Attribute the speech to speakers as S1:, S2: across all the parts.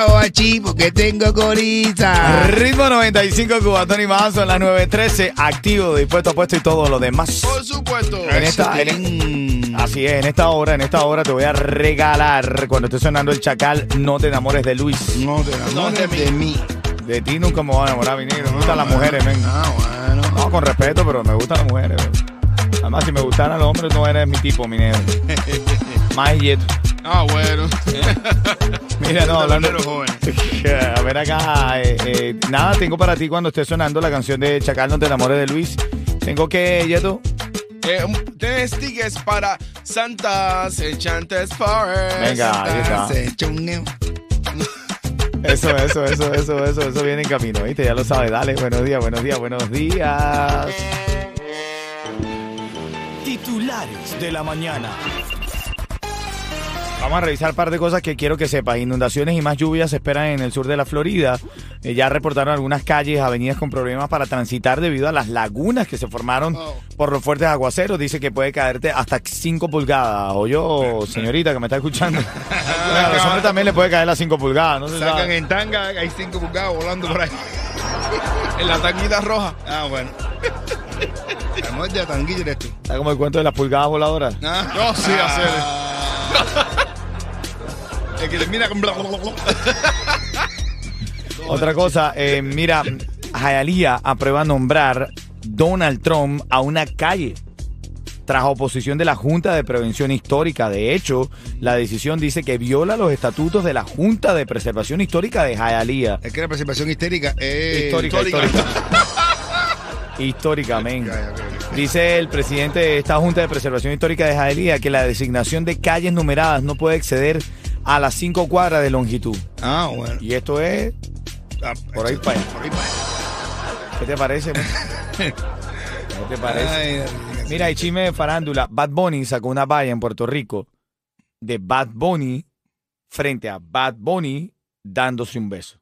S1: Aguachí, porque tengo coriza.
S2: Ritmo 95, Cubatón y más, son las 9.13, activo, dispuesto, puesto y todo lo demás.
S1: Por supuesto.
S2: En esta, en- así es, en esta hora, en esta hora te voy a regalar, cuando esté sonando el chacal, no te enamores de Luis.
S1: No te enamores de mí.
S2: De ti nunca me voy a enamorar, mi negro. Me gustan las mujeres, men.
S1: Ah, bueno.
S2: No, con respeto, pero me gustan las mujeres. men. Además, si me gustaran los hombres, no eres mi tipo, mi negro. Más yeto.
S1: Ah, bueno.
S2: Mira, no, hablando.
S1: Tablero joven.
S2: A ver acá. eh, eh, nada, tengo para ti cuando esté sonando la canción de Chacal, no te enamores de Luis. Tengo que, Yeto.
S3: Eh, tienes tickets para Santas Enchantes Forest.
S2: Venga, ahí está.
S1: Se chungueo.
S2: Eso, eso, eso, eso, eso, eso viene en camino, ¿viste? Ya lo sabes, dale, buenos días, buenos días, buenos días. Titulares de la mañana. Vamos a revisar un par de cosas que quiero que sepas. Inundaciones y más lluvias se esperan en el sur de la Florida. Eh, ya reportaron algunas calles, avenidas con problemas para transitar debido a las lagunas que se formaron
S1: Oh.
S2: por los fuertes aguaceros. Dice que puede caerte hasta 5 pulgadas. O yo, señorita que me está escuchando. a los hombres también le puede caer las 5 pulgadas. No se
S1: Sacan
S2: sabe.
S1: en tanga, hay cinco bocados volando por ahí.
S3: En la tanguita roja.
S1: Ah, bueno. La muerte de tanguillo eres tú.
S2: Está como el cuento de las pulgadas voladoras.
S1: Ah.
S3: No, sí,
S1: hacer. El que termina con bla, bla, bla, bla.
S2: Otra cosa, eh, mira, Jayalía aprueba nombrar Donald Trump a una calle tras oposición de la Junta de Prevención Histórica. De hecho, la decisión dice que viola los estatutos de la Junta de Preservación Histórica de Jayalía.
S1: Es que la participación histérica es.
S2: Histórica, histórica. Históricamente.
S1: Ya, ya, ya, ya.
S2: Dice el presidente de esta Junta de Preservación Histórica de Jaelía que la designación de calles numeradas no puede exceder a las cinco cuadras de longitud.
S1: Ah, bueno.
S2: Y esto es,
S1: Ah,
S2: Por ahí pa' allá.
S1: Por ahí para allá.
S2: ¿qué te parece? ¿Qué te parece?
S1: Ay,
S2: Mira, y chisme de farándula. Bad Bunny sacó una valla en Puerto Rico de Bad Bunny frente a Bad Bunny dándose un beso.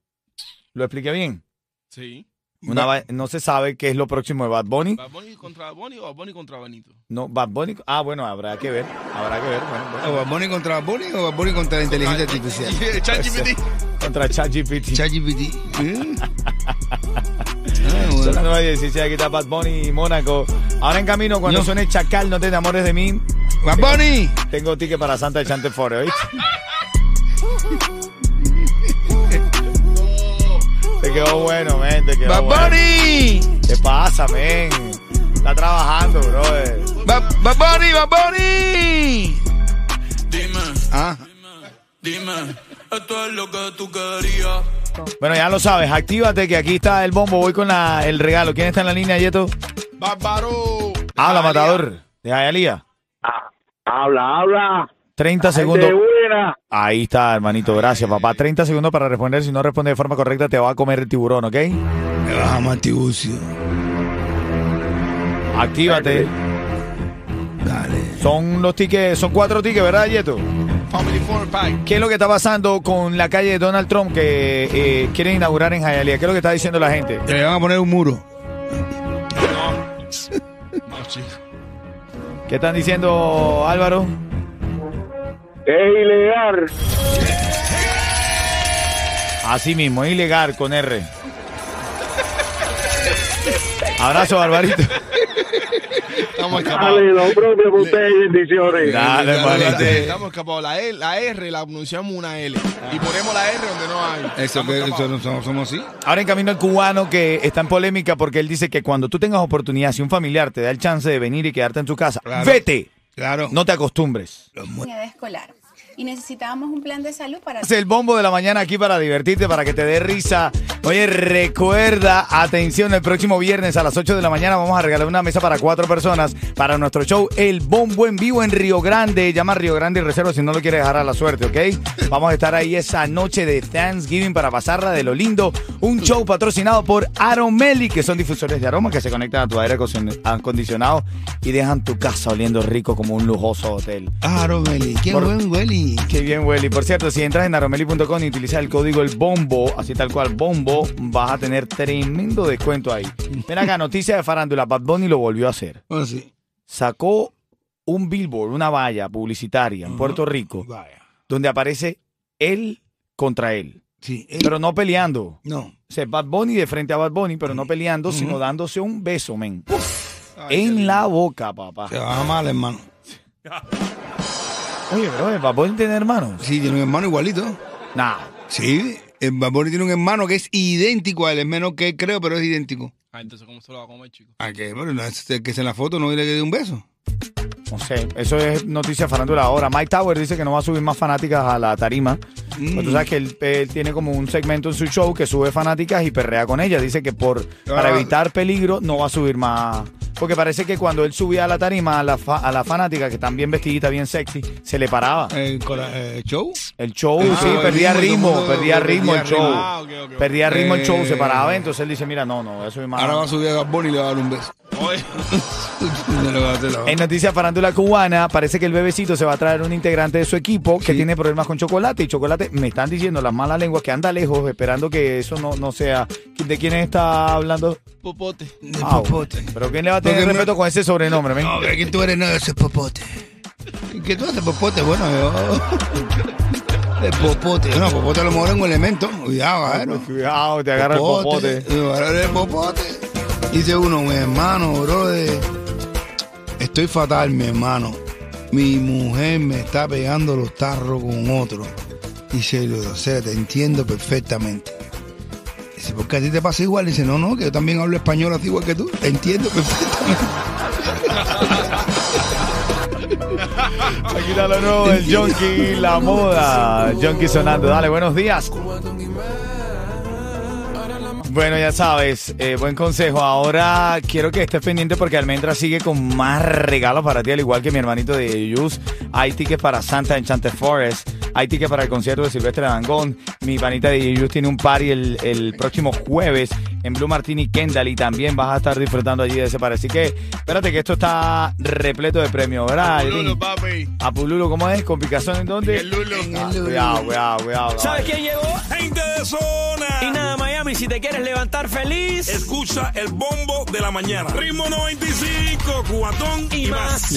S2: ¿Lo expliqué bien?
S3: Sí.
S2: Una va- no se sabe qué es lo próximo de Bad Bunny.
S3: ¿Va Bonnie contra Bonnie o Bonnie contra Benito?
S2: No, Bad Bunny. Ah, bueno, habrá que ver. Habrá que ver. bueno, bueno.
S1: ¿O Bad Bunny contra Bad Bunny o Bad Bunny contra la inteligencia artificial?
S3: ChatGPT.
S2: Contra ChatGPT.
S1: ChatGPT. ¿Eh? Ah, bueno.
S2: Son las 9.16, aquí está Bad Bunny y Mónaco. Ahora en camino, cuando
S1: No.
S2: suene Chacal, no te enamores de mí.
S1: Bad Bunny.
S2: Tengo ticket para Santa de Chante Forest, ¿oíste? Te quedó bueno, men, te quedó
S1: Bad
S2: bueno.
S1: Bunny.
S2: ¿Qué pasa, men? Está trabajando, brother.
S1: Ba- Bad Bunny, Bad Bunny.
S4: Dime,
S1: Ah,
S4: dime, esto es lo que tú querías.
S2: Bueno, ya lo sabes, actívate que aquí está el bombo. Voy con la- el regalo. ¿Quién está en la línea, Yeto?
S3: Bárbaro.
S2: Habla, matador. De Jayalía.
S5: Ah, Habla, habla.
S2: 30 segundos.
S5: De buena.
S2: Ahí está, hermanito. Gracias, papá. 30 segundos para responder. Si no responde de forma correcta, te va a comer el tiburón, ¿ok?
S1: me vas a Matibucio.
S2: Actívate.
S1: Dale.
S2: Son los tickets, son cuatro tickets, ¿verdad, Yeto?
S3: Family Four Pack.
S2: ¿Qué es lo que está pasando con la calle de Donald Trump que eh, quieren inaugurar en Hialeah? ¿Qué es lo que está diciendo la gente?
S1: Le van a poner un muro.
S3: No, chico.
S2: ¿Qué están diciendo, Álvaro?
S5: Es ilegal.
S2: Así mismo, es ilegal con R. Abrazo, Barbarito.
S3: Estamos escapados.
S5: Dale, lo propio para ustedes. Bendiciones.
S2: Dale,
S1: eh,
S2: hermanito.
S3: Estamos escapados. La, L- la R la pronunciamos una L. Y ponemos la R donde no hay.
S1: Eso,
S3: Estamos
S1: que, eso
S3: escapados.
S1: no somos, somos así.
S2: Ahora en camino el cubano que está en polémica porque él dice que cuando tú tengas oportunidad, si un familiar te da el chance de venir y quedarte en tu casa,
S1: Claro.
S2: vete,
S1: Claro.
S2: no te acostumbres.
S6: edad escolar. y necesitábamos un plan de salud para...
S2: Es el bombo de la mañana aquí para divertirte, para que te dé risa. Oye, recuerda, atención, el próximo viernes a las 8 de la mañana vamos a regalar una mesa para cuatro personas para nuestro show El Bombo en Vivo en Río Grande. Llama a Río Grande y reserva si no lo quieres dejar a la suerte, ¿ok? Vamos a estar ahí esa noche de Thanksgiving para pasarla de lo lindo. Un show patrocinado por Aromeli, que son difusores de aroma que se conectan a tu aire acocion- acondicionado y dejan tu casa oliendo rico como un lujoso hotel.
S1: Claro, Welly. Qué
S2: Por-
S1: buen Welly.
S2: Qué bien, Welly. Por cierto, si entras en aromeli.com y utilizas el código el bombo, así tal cual, bombo, vas a tener tremendo descuento ahí. Ven acá, noticia de farándula. Bad Bunny lo volvió a hacer.
S1: Bueno, Ah, sí.
S2: Sacó un billboard, una valla publicitaria en Puerto Rico,
S1: Vaya.
S2: donde aparece él contra él.
S1: Sí. él-
S2: Pero no peleando.
S1: no.
S2: O sea, Bad Bunny de frente a Bad Bunny, pero no peleando, sino dándose un beso, men. En la boca, papá.
S1: Se va mal, hermano.
S2: Oye, pero eh, Bad Bunny tiene hermanos.
S1: Sí, tiene un hermano igualito.
S2: Nah.
S1: Sí. El Bad Bunny tiene un hermano que es idéntico a él. Es menos que él, creo, pero es idéntico.
S3: Ah, entonces, ¿cómo se lo va a comer, chico?
S1: ¿A qué? Bueno, no es el que es en la foto no dile que dé un beso.
S2: No sé, eso es noticia farándula ahora. Mike Tower dice que no va a subir más fanáticas a la tarima.
S1: Mm.
S2: Pues tú sabes que él, él tiene como un segmento en su show que sube fanáticas y perrea con ellas. Dice que por para
S1: Ah.
S2: evitar peligro no va a subir más. Porque parece que cuando él subía a la tarima a la, fa- a la fanática, que están bien vestidita, bien sexy, se le paraba.
S1: El cora- eh, show.
S2: El show,
S1: Ah,
S2: sí,
S1: el
S2: perdía
S1: ritmo,
S2: ritmo,
S1: y todo el mundo
S2: perdía ritmo el
S1: perdía
S2: show.
S1: ritmo.
S3: Ah, ok, ok, ok.
S2: Perdía ritmo el show, se
S1: Eh.
S2: paraba. Entonces él dice, mira, no, no, voy a subir más.
S1: Ahora va a subir a Bad Bunny y le va a dar un beso.
S3: Oye,
S1: No le va a hacer la-
S2: En Noticias Farándula Cubana, parece que el bebecito se va a traer un integrante de su equipo que
S1: Sí.
S2: tiene problemas con chocolate. Y chocolate, me están diciendo las malas lenguas que anda lejos, esperando que eso no, no sea. ¿De quién está hablando?
S3: popote.
S1: De
S2: Ah,
S1: popote.
S2: Pero ¿quién le va a tener
S1: Porque me-
S2: respeto con ese sobrenombre, men?
S1: No, pero que tú eres no, ese es popote. ¿Qué tú haces popote? Bueno, yo. El popote. No, popote a lo mejor es un elemento. Cuidado, ¿eh? a ver.
S2: pues,
S1: ¿no?
S2: Cuidado, te agarra el popote.
S1: No, ahora eres popote. Dice uno, mi hermano, bro. Estoy fatal, mi hermano. Mi mujer me está pegando los tarros con otro. Dice, o sea, te entiendo perfectamente. Dice, ¿por qué a ti te pasa igual? Dice, no, no, que yo también hablo español así igual que tú. Te
S2: Ah,
S1: entiendo perfectamente.
S2: Aquí está lo nuevo, el Jonky, la moda. Jonky sonando. Dale, buenos días. Bueno, ya sabes, eh, buen consejo. Ahora quiero que estés pendiente porque Almendra sigue con más regalos para ti, al igual que mi hermanito de Yus. Hay tickets para Santa Enchanted Forest. Hay tickets para el concierto de Silvestre Dangón. Mi panita de Yus tiene un party el, el próximo jueves en Blue Martini Kendall y también vas a estar disfrutando allí de ese party. Así que espérate que esto está repleto de premios, ¿verdad? Aileen?
S3: Lulo, papi.
S2: A Pululo, ¿cómo es? ¿Con picazón en dónde?
S3: El Lulo.
S2: Ah, cuidado, cuidado, cuidado.
S7: ¿Sabes quién llegó?
S4: Gente de zona.
S7: Y nada, Miami, si te quieres levantar feliz.
S4: Escucha el bombo de la mañana. Ritmo 95, cuatón y más.